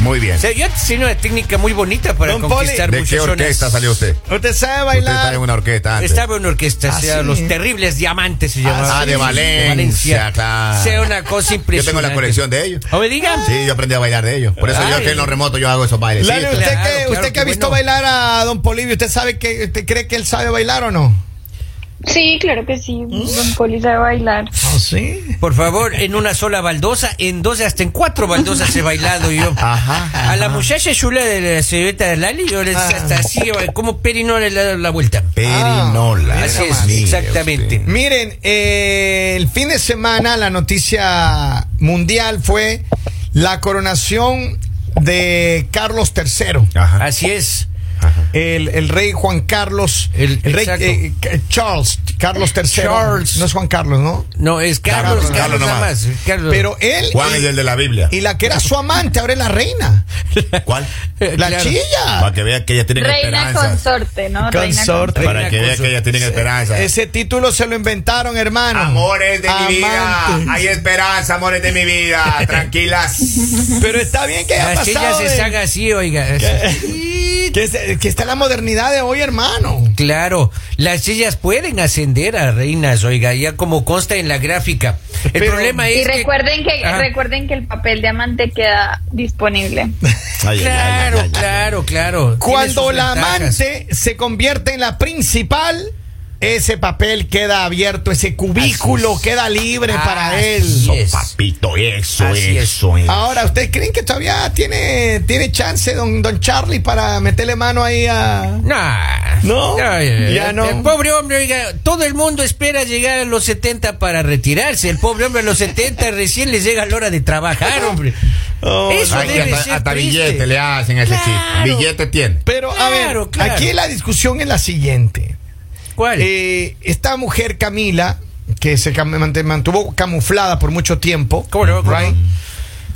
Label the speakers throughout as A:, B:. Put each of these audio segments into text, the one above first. A: Muy bien.
B: O sea, yo antes tenía una técnica muy bonita para
C: Don Poli,
B: conquistar
A: ¿De qué
B: muchachonas.
A: orquesta salió usted?
C: Usted sabe
A: Usted está
C: bailar.
A: en una orquesta antes.
B: Estaba en una orquesta,
C: Ah,
B: o sea,
C: sí.
B: los terribles diamantes se llamaba.
A: Ah, de Valencia, claro.
B: O sea, una cosa
A: Yo
B: impresionante.
A: tengo la colección de ellos.
B: O me digan.
A: Sí, yo aprendí a bailar de ellos. Por eso yo
B: Ay.
A: aquí en los remotos yo hago esos bailes.
C: Lalo, usted
B: Claro,
C: que,
B: claro,
C: usted que ha
B: qué
C: visto
B: bueno.
C: bailar a Don Polivio, ¿usted sabe que usted cree que él sabe bailar o no?
D: Sí, claro que sí. Don Poli sabe bailar.
C: No, sí.
B: Por favor, en una sola baldosa, en dos, hasta en cuatro baldosas he bailado yo.
A: Ajá, ajá.
B: A la muchacha chula de la señorita de Lali, yo les
C: Ah.
B: hasta así, como perino le he dado la vuelta.
A: Perinola.
B: Así
A: Mire
B: es,
A: usted.
B: Ah, exactamente.
C: Miren, eh, el fin de semana la noticia mundial fue la coronación de Carlos III.
A: Ajá.
B: Así es.
C: El, el rey Juan Carlos,
B: El-
C: el, rey
B: exacto.
C: eh, eh, Charles, Carlos III.
B: Charles.
C: No es Juan Carlos, ¿no?
B: No, es Carlos,
A: Carlos,
B: Carlos,
A: Carlos
B: nada
A: nomás.
B: más. Carlos.
C: Pero eh, él
A: Juan es
C: y,
A: el de la Biblia.
C: y la que era su amante ahora es la reina,
A: ¿Cuál?
B: Eh,
C: la
B: claro.
A: Para
C: chilla.
A: que vea que ellas tienen
D: Reina
A: esperanzas.
D: consorte, ¿no?
C: Consorte.
D: Reina
A: Para que
B: Reina
A: vea que ellas tienen esperanzas.
C: Ese título se lo inventaron, hermano.
A: Amores de mi
C: Amantes.
A: vida, hay esperanza, amores de mi vida, tranquilas.
C: Pero está bien que haya
B: Las chillas
C: pasado. eh. de-
B: se están así, oiga.
C: que, es- que está la modernidad de hoy, hermano.
B: Claro, las chillas pueden ascender a reinas, oiga, ya como consta en la gráfica. El
C: Pero-
B: problema es Ah,
D: Y recuerden que
B: Ajá.
D: recuerden que el papel de amante queda disponible.
A: Ay, ay, ay,
B: Claro,
A: ay, ay, ay.
B: claro, claro. Tiene
C: Cuando
B: sus
C: la
B: ventajas.
C: amante se convierte en la principal, ese papel queda abierto, ese cubículo
A: Así es.
C: queda libre para
B: Así
C: él.
A: Eso,
B: Yes.
A: papito, eso,
B: Así es.
A: eso. eso.
C: Ahora, ¿ustedes creen que todavía tiene, tiene chance don, don Charlie para meterle mano ahí a...
B: Nah.
C: No, ya
B: eh,
C: no.
B: El pobre hombre, oiga, todo el mundo espera llegar a los 70 para retirarse. El pobre hombre a los 70 recién le llega la hora de trabajar, hombre.
C: Oh,
B: Eso
A: Ay,
B: debe
A: hasta,
B: ser
A: hasta
B: triste.
A: billete le hacen a ese
B: Claro.
A: chico. Billete tiene.
C: Pero a
B: Claro,
C: ver,
B: claro.
C: aquí la discusión es la siguiente.
B: ¿Cuál?
C: Eh, esta mujer Camila, que se cam- mant- mantuvo camuflada por mucho tiempo,
B: ¿Cómo no? ¿Cómo no?
C: right?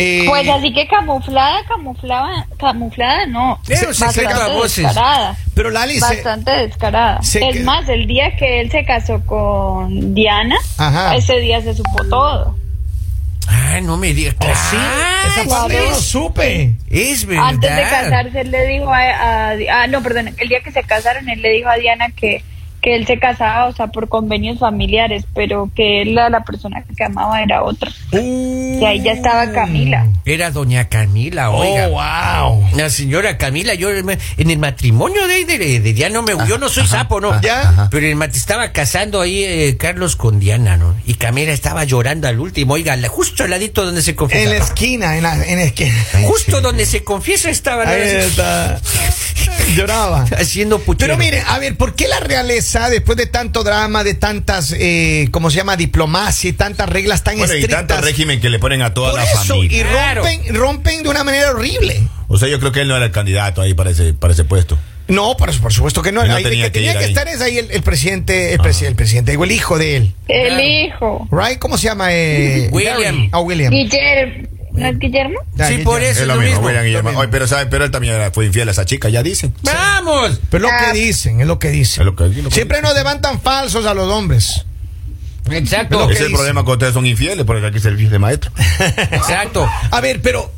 C: Eh,
D: Pues así que camuflada, camuflada, camuflada no.
C: Eh,
B: Pero se
D: Bastante
B: saca voces.
D: descarada.
C: pero Lali, se-
D: Bastante descarada.
C: se
D: es
C: que-
D: más, el día que él se casó con Diana,
C: Ajá.
D: ese día se supo todo.
B: Ah, no me digas. Pues,
C: Oh, sí, esa parte yo no supe.
B: Es verdad.
D: Antes de casarse, él le dijo a, a- Ah, no, perdón, el día que se casaron, él le dijo a Diana que, que él se casaba, o sea, por convenios familiares, pero que él, a la persona que amaba era otra.
B: Uh.
D: Y ahí ya estaba Camila.
B: Era doña Camila, oiga.
C: Oh, wow.
B: La señora Camila, yo me- en el matrimonio de, de, de Diana, no me, yo no soy sapo, ¿no?
C: ya.
B: Pero en el mat- estaba casando ahí eh, Carlos con Diana, ¿no? Y Camila estaba llorando al último, oiga, la- justo al ladito donde se
C: En la
B: confiesa.
C: esquina, en la, en la esquina.
B: Justo donde se confiesa estaba ¿no?
C: Ahí
B: Así-
C: está. Lloraba.
B: haciendo puchero.
C: Pero mire, a ver, ¿por qué la realeza, después de tanto drama, de tantas, eh, ¿cómo se llama? Diplomacia y tantas reglas tan
A: Bueno, y
C: estrictas?
A: tanto régimen que le ponen a toda
C: por
A: la
C: eso, y
A: familia.
B: Claro.
C: rompen, rompen de una manera horrible.
A: O sea, yo creo que él no era el candidato ahí para ese, para ese puesto.
C: No, por, por supuesto que no.
A: No
C: Ahí- el
A: tenía
C: que
A: que
C: tenía
A: ir
C: que
A: ahí.
C: estar es ahí el, el presidente, el, presi- el presidente, digo, el hijo de él.
D: El
B: Claro.
D: hijo.
C: Right? ¿Cómo se llama? Eh,
B: William.
C: Barry. Ah, William.
D: Guillermo. ¿No es Guillermo?
C: Ah,
B: Sí,
C: Guillermo.
B: por eso
A: Es
B: es
A: lo mismo, William
B: mismo.
A: Guillermo. Oye, pero, ¿sabe? pero él también era- fue infiel a esa chica, ya dicen.
B: ¡Vamos!
C: Pero es lo
D: Ah.
C: que dicen, es lo que dicen.
A: Es lo que- es lo que-
C: Siempre nos levantan falsos a los hombres.
B: Exacto.
C: Lo
A: Ese
C: que
A: es el
C: dicen.
A: problema que ustedes son infieles, porque aquí se el de maestro.
B: Exacto.
C: A ver, pero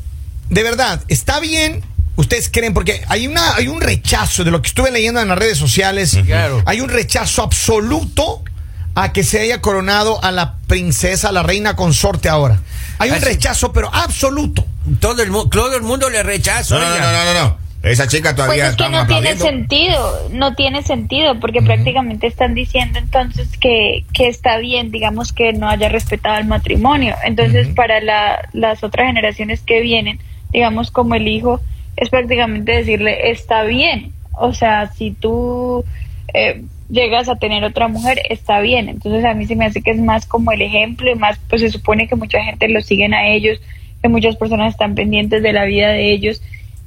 C: de verdad, ¿está bien? ¿Ustedes creen? Porque hay, una, hay un rechazo de lo que estuve leyendo en las redes sociales.
B: Claro.
C: Hay un rechazo absoluto a que se haya coronado a la princesa, a la reina consorte ahora. Hay un
B: Así-
C: rechazo, pero absoluto.
B: Todo el, mu- todo el mundo le rechaza.
A: No, no,
B: oiga.
A: no, no, no, no. Esa chica
D: Pues
A: todavía
D: es que
A: están
D: no tiene
A: aplaudiendo.
D: sentido, no tiene sentido, porque prácticamente están diciendo entonces que, que está bien, digamos, que no haya respetado el matrimonio. Entonces, para la- las otras generaciones que vienen, digamos, como el hijo, es prácticamente decirle, está bien. O sea, si tú eh, llegas a tener otra mujer, está bien. Entonces, a mí se me hace que es más como el ejemplo y más, pues se supone que mucha gente los siguen a ellos, que muchas personas están pendientes de la vida de ellos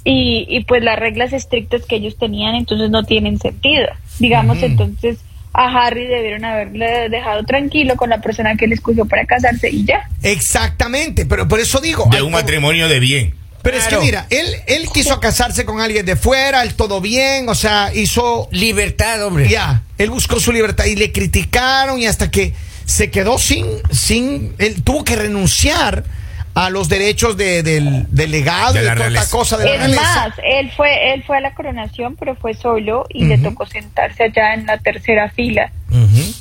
D: y, y pues las reglas estrictas que ellos tenían entonces no tienen sentido. Digamos entonces a Harry debieron haberle dejado tranquilo con la persona que él escogió para casarse y ya.
C: Exactamente, pero por eso digo.
A: De
C: hay
A: un
C: como-
A: matrimonio de bien.
C: Pero es que
B: Claro.
C: mira, él, él quiso casarse con alguien de fuera, él todo bien, o sea, hizo
B: Libertad, hombre.
C: Ya, él buscó su libertad y le criticaron y hasta que se quedó sin, sin, él tuvo que renunciar a los derechos de- del, del legado
A: De
C: y
A: la
C: toda esta
A: realeza.
C: cosa de la
D: Es
C: realeza.
D: más, él fue, él fue a la coronación, pero fue solo y le tocó sentarse allá en la tercera fila
C: Ujú.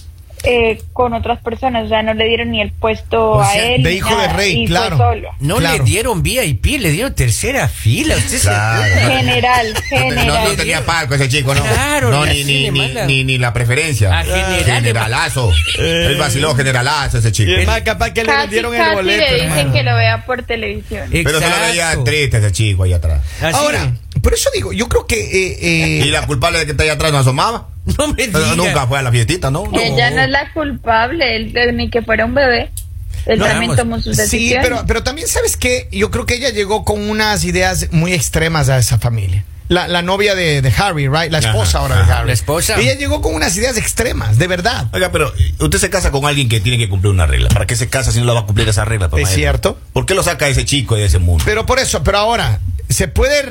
D: eh, con otras personas. O sea, no le dieron ni el puesto
C: O
D: a
C: sea,
D: él.
C: de
D: ni
C: hijo de
D: nada,
C: rey,
D: y
C: claro.
D: Fue solo.
B: No
C: Claro.
B: le dieron VIP, le dieron tercera fila. Usted se-
A: Claro.
D: General, general.
A: No, no tenía palco ese chico, ¿no?
B: Claro,
A: no,
B: así
A: ni, ni,
B: de
A: ni,
B: mala.
A: ni- ni la preferencia.
B: Ah, general.
A: generalazo. Él vaciló generalazo ese chico.
C: Y es más, capaz que le
D: Casi,
C: vendieron el
D: casi
C: boleto.
D: le dicen
C: hermano.
D: que lo vea por televisión.
A: Pero se lo veía
B: Exacto.
A: triste ese chico ahí atrás.
B: Así
C: Ahora, por eso digo, yo creo que. eh, eh,
A: Y la culpable de que está ahí atrás no asomaba.
B: es. No me
A: Pero
B: diga.
A: Nunca fue a la fiestita, ¿no? No.
D: Ella no es la culpable, él- él ni que fuera un bebé. Él
B: No,
D: también
B: vamos.
D: tomó sus decisiones.
C: Sí, pero, pero también sabes que yo creo que ella llegó con unas ideas muy extremas a esa familia. La, la novia de, de Harry, right? La esposa
A: Ajá,
C: ahora de
A: ajá.
C: Harry.
B: Ah, La esposa.
C: Ella llegó con unas ideas extremas, de verdad.
A: Oiga, pero eh, usted se casa con alguien que tiene que cumplir una regla. ¿Para qué se casa si no la va a cumplir esa regla? papá?
C: Es cierto.
A: ¿Por qué lo saca ese chico de ese mundo?
C: Pero por eso, pero ahora, ¿se puede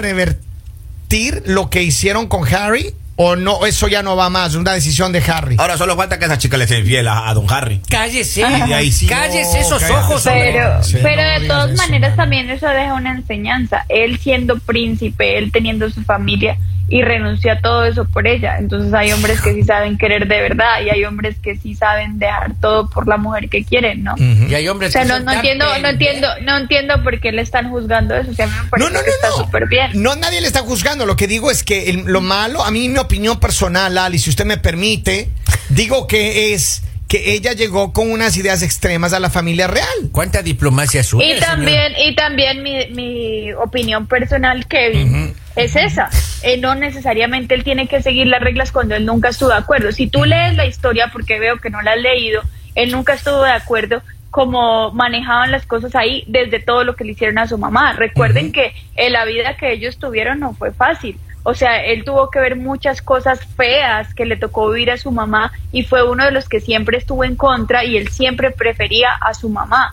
C: revertir lo que hicieron con Harry? ¿O no? Eso ya no va más, una decisión de Harry.
A: Ahora solo falta que esa chica le sea infiel a, a don Harry.
B: Cállese.
A: Y ahí sí,
B: Cállese
C: no,
B: esos
C: cállate,
B: ojos. hombre.
D: Pero,
C: Sí,
D: pero
C: no
D: de
C: digas
D: todas
C: eso,
D: maneras
C: mano.
D: también eso deja una enseñanza. Él siendo príncipe, él teniendo su familia y renuncia a todo eso por ella. Entonces hay hombres que sí saben querer de verdad y hay hombres que sí saben dejar todo por la mujer que quieren, ¿no?
C: Mm.
B: Y hay hombres
D: O sea,
B: que
D: no,
B: son
D: no
B: tan
D: entiendo, no
B: pendejos.
D: entiendo, no entiendo por qué le están juzgando eso. O sea, a mí me parece que está súper bien.
C: No, nadie le está juzgando. Lo que digo es que el- lo malo, a mí mi opinión personal, Ali, si usted me permite, digo que es que ella llegó con unas ideas extremas a la familia real.
B: ¿Cuánta diplomacia suya?
D: Y
B: señor?
D: también, y también mi, mi opinión personal, Kevin, es esa. Eh, no necesariamente él tiene que seguir las reglas cuando él nunca estuvo de acuerdo. Si tú lees la historia, porque veo que no la has leído, él nunca estuvo de acuerdo como manejaban las cosas ahí desde todo lo que le hicieron a su mamá. Recuerden que eh, la vida que ellos tuvieron no fue fácil. O sea, él tuvo que ver muchas cosas feas que le tocó vivir a su mamá y fue uno de los que siempre estuvo en contra y él siempre prefería a su mamá.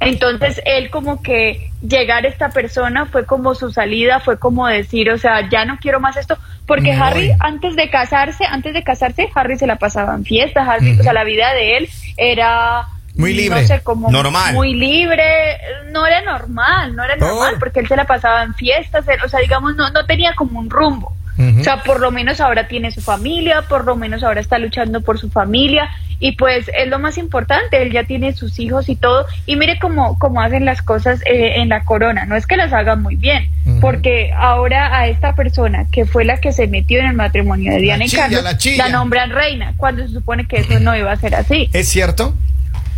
D: Entonces, él como que llegar a esta persona fue como su salida, fue como decir, o sea, ya no quiero más esto, porque
C: Me
D: Harry
C: voy.
D: antes de casarse, antes de casarse, Harry se la pasaba en fiestas, Harry, o sea, la vida de él era
C: Muy libre,
D: no sé, como
A: normal.
D: muy libre, no era normal, no era
B: Por.
D: normal, porque él se la pasaba en fiestas, él- o sea, digamos, no, no tenía como un rumbo.
C: Ujú.
D: O sea, por lo menos ahora tiene su familia, por lo menos ahora está luchando por su familia y pues es lo más importante, él ya tiene sus hijos y todo y mire cómo, cómo hacen las cosas eh, en la corona, no es que las hagan muy bien,
C: Ujú.
D: porque ahora a esta persona que fue la que se metió en el matrimonio de Diana y
C: chilla,
D: Carlos,
C: la chilla.
D: nombran reina, cuando se supone que eso no iba a ser así.
C: ¿Es cierto?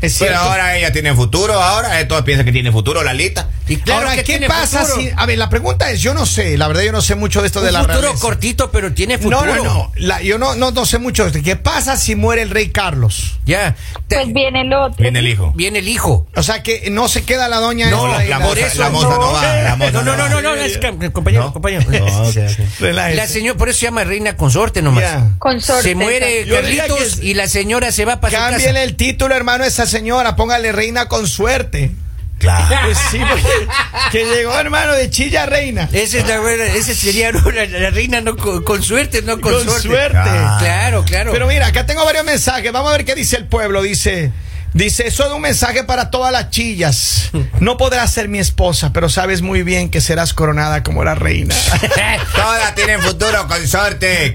C: Es
A: Pero
C: cierto.
A: ahora ella tiene futuro, ahora eh, todos piensan que tiene futuro, Lalita.
B: Y claro
C: Ahora,
B: que
C: ¿qué
B: tiene
C: pasa
B: futuro.
C: si.? A ver, la pregunta es: yo no sé, la verdad, yo no sé mucho de esto de
B: Un
C: la
B: futuro
C: realeza.
B: cortito, pero tiene
C: No,
B: futuro.
C: no, no. La- yo no, no, no sé mucho de esto. ¿Qué pasa si muere el rey Carlos?
B: Ya. Te-
C: Este,
D: Pues viene el otro.
A: Viene el hijo.
B: viene el hijo.
C: O sea, que no se queda la doña.
A: No,
C: esa,
A: la- la moza-
C: esa-
A: la moza no va, la moza
B: no, no,
A: no
B: no,
A: va.
B: no, no, es que- compañero,
A: ¿No?
B: compañero.
A: No, ok, ok.
C: Relájese.
B: La señora, por eso se llama reina consorte nomás.
C: Ah, Ya.
D: Consorte.
B: Se muere
C: Yo diría
B: Carlitos
C: que-
B: y la señora se va para su casa.
C: Cámbiale el título, hermano, a esa señora. Póngale reina con suerte.
A: Claro.
C: Pues sí, porque- que llegó, hermano, de chilla reina.
B: Esa es la buena- esa sería una- la reina no con, con suerte, no con,
C: Con suerte.
B: Ah. Claro, claro.
C: Pero mira, acá tengo varios mensajes. Vamos a ver qué dice el pueblo. Dice, dice, eso es un mensaje para todas las chillas. No podrás ser mi esposa, pero sabes muy bien que serás coronada como la reina.
A: Eh, Todas tienen futuro, consorte,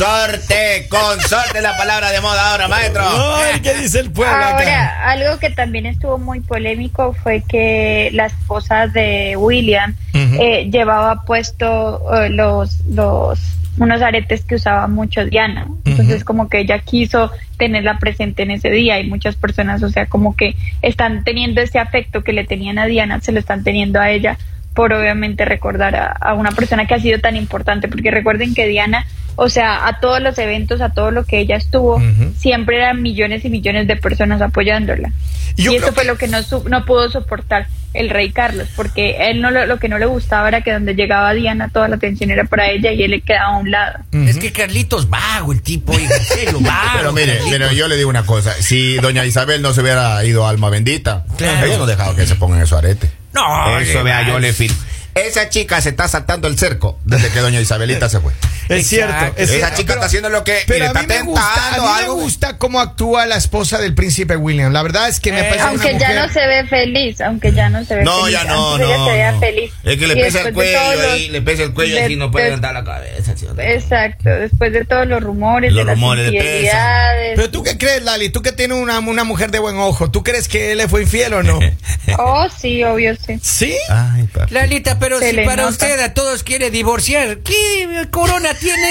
A: consorte, consorte es la palabra de moda ahora, maestro.
C: No, el que dice el pueblo acá.
D: Ahora, algo que también estuvo muy polémico fue que la esposa de William
C: Ujú.
D: eh, llevaba puesto eh, los, los, unos aretes que usaba mucho Diana. Entonces, como que ella quiso tenerla presente en ese día y muchas personas, o sea, como que están teniendo ese afecto que le tenían a Diana, se lo están teniendo a ella por obviamente recordar a, a una persona que ha sido tan importante, porque recuerden que Diana, o sea, a todos los eventos, a todo lo que ella estuvo,
C: Ujú.
D: siempre eran millones y millones de personas apoyándola.
C: Y yo
D: y
C: creo
D: eso fue
C: que-
D: lo que no, su- no pudo soportar el rey Carlos, porque él no lo, lo que no le gustaba era que donde llegaba Diana toda la atención era para ella y él le quedaba a un lado.
B: Es que Carlitos vago el tipo, oiga, en serio, vago.
A: Pero mire,
B: Carlitos.
A: pero yo le digo una cosa, si doña Isabel no se hubiera ido alma bendita,
B: Claro.
A: ella no dejaba que se pongan esos aretes.
B: No,
A: Eso
B: le-
A: vea, yo le firmo. Esa chica se está saltando el cerco desde que doña Isabelita se fue.
C: Es cierto.
B: Exacto.
C: Es
A: Esa
C: cierto.
A: chica está haciendo lo que-
C: Pero
A: mire,
C: a mí
A: está
C: me gusta, a
A: tentando
C: mí me
A: algo.
C: gusta cómo actúa la esposa del príncipe William. La verdad es que me
B: Eh,
A: Pues
C: parece una
D: Aunque ya
C: mujer-
D: no se ve feliz, aunque ya no se ve
A: No,
D: feliz.
A: ya no,
D: antes ella
A: no.
D: se veía
A: no.
D: feliz.
A: Es que le
D: Y
A: pesa el
D: después de
A: cuello
D: todos
A: ahí,
D: los-
A: le pesa el cuello
D: de-
A: así, no puede
D: de-
A: levantar la cabeza. así, ¿no?
D: Exacto, después de todos los rumores,
A: Los
D: de las
A: rumores, le pesa.
D: infidelidades.
C: Pero tú qué crees, Lali, tú que tienes una, una mujer de buen ojo, ¿tú crees que él le fue infiel o no?
D: Oh, sí, obvio, sí.
C: ¿Sí?
A: Ay, papi.
B: Lalita, pero
D: Se
B: si
D: le
B: para
D: nota.
B: usted a todos quiere divorciar, ¿qué corona tiene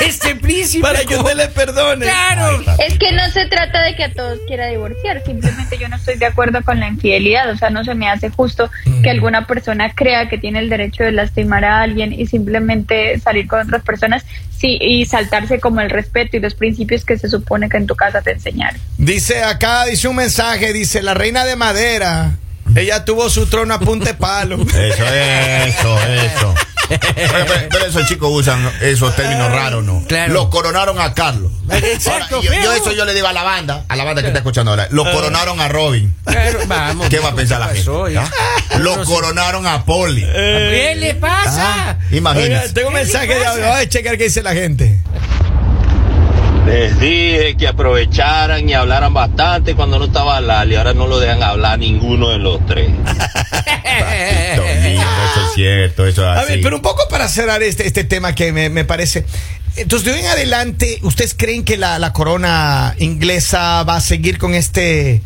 B: este, este príncipe?
C: Para que
B: ¿Cómo?
C: usted le perdone.
B: Claro.
D: Es que no se trata de que a todos quiera divorciar, simplemente yo no estoy de acuerdo con la infidelidad, o sea, no se me hace justo que alguna persona crea que tiene el derecho de lastimar a alguien y simplemente salir con otras personas sí, y saltarse como el respeto y los principios que se supone que en tu casa te enseñaron.
C: Dice acá, dice un mensaje, dice la reina de madera. Ella tuvo su trono a punta de palo.
A: Eso, eso, eso. Pero, pero- pero esos chicos usan esos términos raros, ¿no?
B: Claro.
A: Los coronaron a Carlos.
B: Exacto,
A: Ahora, yo, yo
B: feo.
A: eso yo le digo a la banda, a la banda que está escuchando ahora. Lo coronaron a Robin.
B: Claro, vamos.
A: ¿Qué va a pensar la gente?
B: pasó,
A: ¿Ya?
B: ya?
A: Lo coronaron a Poli. ¿Ah?
B: ¿Qué le pasa?
C: Eh, ah. Oiga,
A: Imagínate.
C: tengo un
B: ¿Qué le
C: mensaje de
B: pasa?
C: audio. Voy a checar qué dice la gente.
E: Les dije que aprovecharan y hablaran bastante cuando no estaba Lali. Ahora no lo dejan hablar ninguno de los tres.
C: Eh,
A: Eso es cierto, eso es
C: ah. A
A: así.
C: ver, pero un poco para cerrar este, este tema que me, me parece. Entonces, de hoy en adelante, ¿ustedes creen que la, la corona inglesa va a seguir con este.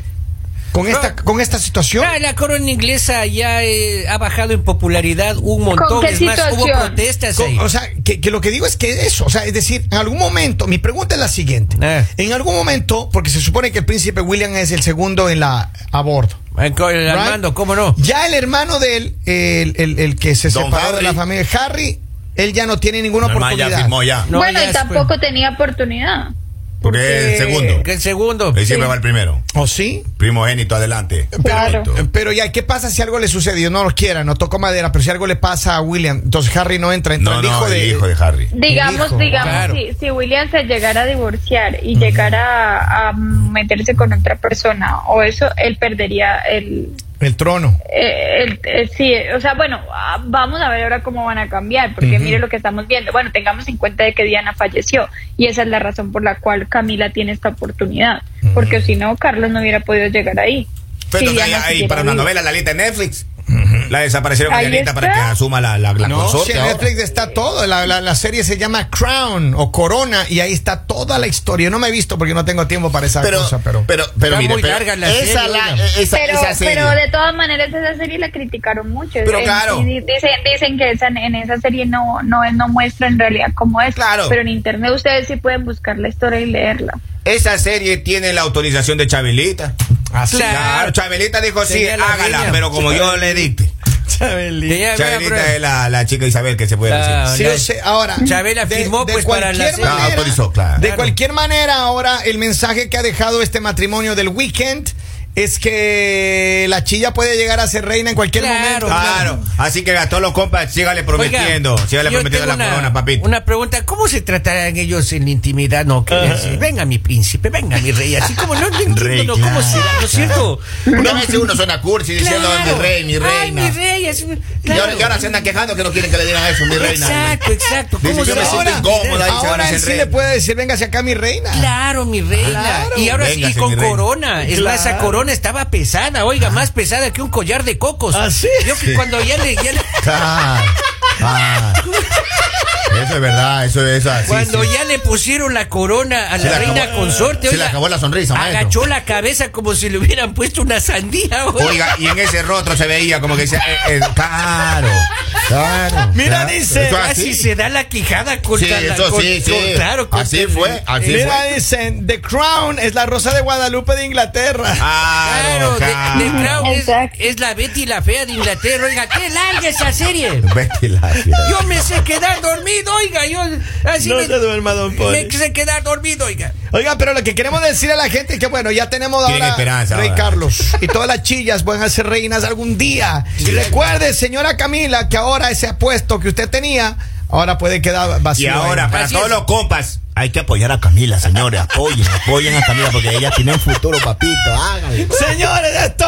C: con esta, con esta situación?
B: Ah, la corona inglesa ya eh, ha bajado en popularidad un montón.
D: qué
B: Es más, hubo
D: situación?
B: protestas
C: Co-
B: ahí.
C: O sea, que, que lo que digo es que eso, o sea, es decir, en algún momento, mi pregunta es la siguiente.
B: Eh.
C: En algún momento, porque se supone que el príncipe William es el segundo en la a bordo.
B: Eh, con el
C: ¿right?
B: Armando, ¿cómo no?
C: Ya el hermano de él, el, el- el que se
A: Don
C: separó de la
A: Harry.
C: familia, Harry, él ya no tiene ninguna
A: Normal
C: oportunidad.
A: ya firmó ya.
B: No,
D: bueno,
B: ya
D: y
B: es-
D: tampoco tenía oportunidad.
A: Porque es el segundo.
B: Eh, Que el segundo.
A: Él
C: eh.
A: siempre va el primero.
C: ¿O sí?
A: Primogénito, adelante.
D: Claro.
A: Perfecto.
C: Pero ya, ¿qué pasa si algo le sucede? Yo no lo quiera, no toco madera, pero si algo le pasa a William, entonces Harry no entra, entra
A: No,
C: el
A: no,
C: hijo de...
A: Harry.
D: Digamos,
C: Hijo,
D: digamos,
B: claro.
D: si, si William se llegara a divorciar y llegara a, a meterse con otra persona o eso, él perdería el,
C: El trono.
D: eh, el- eh, sí, o sea, bueno, ah, vamos a ver ahora cómo van a cambiar, porque mire lo que estamos viendo. Bueno, tengamos en cuenta de que Diana falleció y esa es la razón por la cual Camila tiene esta oportunidad, porque si no, Carlos no hubiera podido llegar ahí.
A: Pero
D: Si
A: entonces hay,
D: Diana
A: hay
D: siguiera
A: para una
D: viva.
A: novela, la lista de Netflix. La desaparecieron con
D: Ahí
A: Dianita
D: está.
A: para que asuma la, la, la
C: No, si
A: consorte
C: en
A: Ah, ahora.
C: Netflix está todo. La, la- la serie se llama Crown o Corona y ahí está toda la historia. No me he visto porque no tengo tiempo para esa
A: Pero,
C: cosa, pero.
A: pero, pero
B: Está
A: mire,
B: muy
A: pero
B: larga la
A: esa,
B: serie,
A: la-
B: oiga.
A: esa-
D: pero,
A: esa serie.
D: pero de todas maneras esa serie la criticaron mucho.
A: Pero
D: Eh,
A: claro.
D: y dicen, dicen que esa, en esa serie no, no, no muestra en realidad cómo es.
A: Claro.
D: Pero en internet ustedes sí pueden buscar la historia y leerla.
A: Esa serie tiene la autorización de Chabelita. Ah,
C: Así.
B: Claro.
A: Claro, Chabelita dijo sí,
B: Tenía la
A: hágala,
B: línea.
A: pero como yo le dicte.
B: Que ya vea, bro.
A: Chabelita es la, la chica Isabel que se puede
B: Claro.
A: decir.
C: Sí,
B: la-
C: o sea, ahora.
B: Chabela firmó, pues, para la
C: cualquier
B: serie.
C: manera-
A: Ah, autorizó, claro.
C: De
B: Claro.
C: cualquier manera, ahora el mensaje que ha dejado este matrimonio del weekend es que la chilla puede llegar a ser reina en cualquier
B: Claro,
C: momento.
A: Claro, Ah, así que a todos los compas, sígale prometiendo,
B: Oiga,
A: sígale
B: yo
A: prometiendo la
B: tengo una,
A: corona, papito.
B: Una pregunta, ¿cómo se tratarán ellos en la intimidad? No, que así, venga mi príncipe, venga mi rey, así como no, no entiendo,
A: Ah. Rey,
B: no,
A: claro,
B: ¿cómo será? ¿No es cierto?
A: Una vez uno suena cursi diciendo
B: Claro.
A: mi rey, mi
B: Ay,
A: reina.
B: mi rey, es
A: Y ahora- Y ahora se andan quejando que no quieren que le digan eso, mi reina.
B: Exacto, exacto.
A: Dice,
B: ¿Cómo
A: yo
B: será?
A: me siento
B: Ahora-
A: incómoda. ahí se van a
C: Ahora
A: hacer
C: él sí
A: reina.
C: le puede decir, véngase acá mi reina.
B: Claro, mi reina.
C: Claro.
B: Y ahora sí,
A: Véngase,
B: con
A: mi reina.
B: corona. Es más, esa
C: Claro.
B: corona estaba pesada, oiga, más pesada que un collar de cocos.
C: ¿Ah, sí?
B: Yo que
A: Sí.
B: cuando ya le... ya le-
A: Ah, ah. Eso es verdad, eso es eso. así,
B: Cuando
A: sí.
B: ya le pusieron la corona a
A: Se
B: la
A: le
B: reina
A: acabó-
B: consorte,
A: se
B: oiga,
A: le acabó la sonrisa, maestro.
B: agachó la cabeza como si le hubieran puesto una sandía. oiga.
A: Oiga, y en ese rostro se veía como que decía, eh, eh, claro, claro.
C: Mira,
A: claro.
C: dice,
A: Eso
B: Casi
A: así.
B: se da la quijada
A: Sí,
B: contra la
A: eso
B: con-
A: sí, sí.
B: con- claro, contra
A: así
B: el-
A: fue, así
C: Mira,
A: fue.
C: dicen, The Crown es la rosa de Guadalupe de Inglaterra.
A: Claro,
B: Claro, de, de
A: claro.
B: Crown es,
D: Exacto.
B: es la Betty la fea de Inglaterra. Oiga, qué larga esa serie.
A: Vete la-
B: Yo me sé quedar dormido, oiga. Yo así
C: No
B: me,
C: se duerma, don Poli.
B: me sé quedar dormido, oiga.
C: Oiga, pero lo que queremos decir a la gente es que, bueno, ya tenemos
A: Tienen
C: ahora
A: esperanza
C: Rey
A: ahora.
C: Carlos y todas las chillas van a ser reinas algún día. Y
A: Sí.
C: recuerde, señora Camila, que ahora ese apuesto que usted tenía, ahora puede quedar
A: Y
C: vacío.
A: ahora,
C: ahí.
A: para
B: ¿eh? Así
A: todos
B: es.
A: los compas, hay que apoyar a Camila, señores. Apoyen, apoyen a Camila porque ella tiene un futuro, papito. Háganle.
C: Señores, esto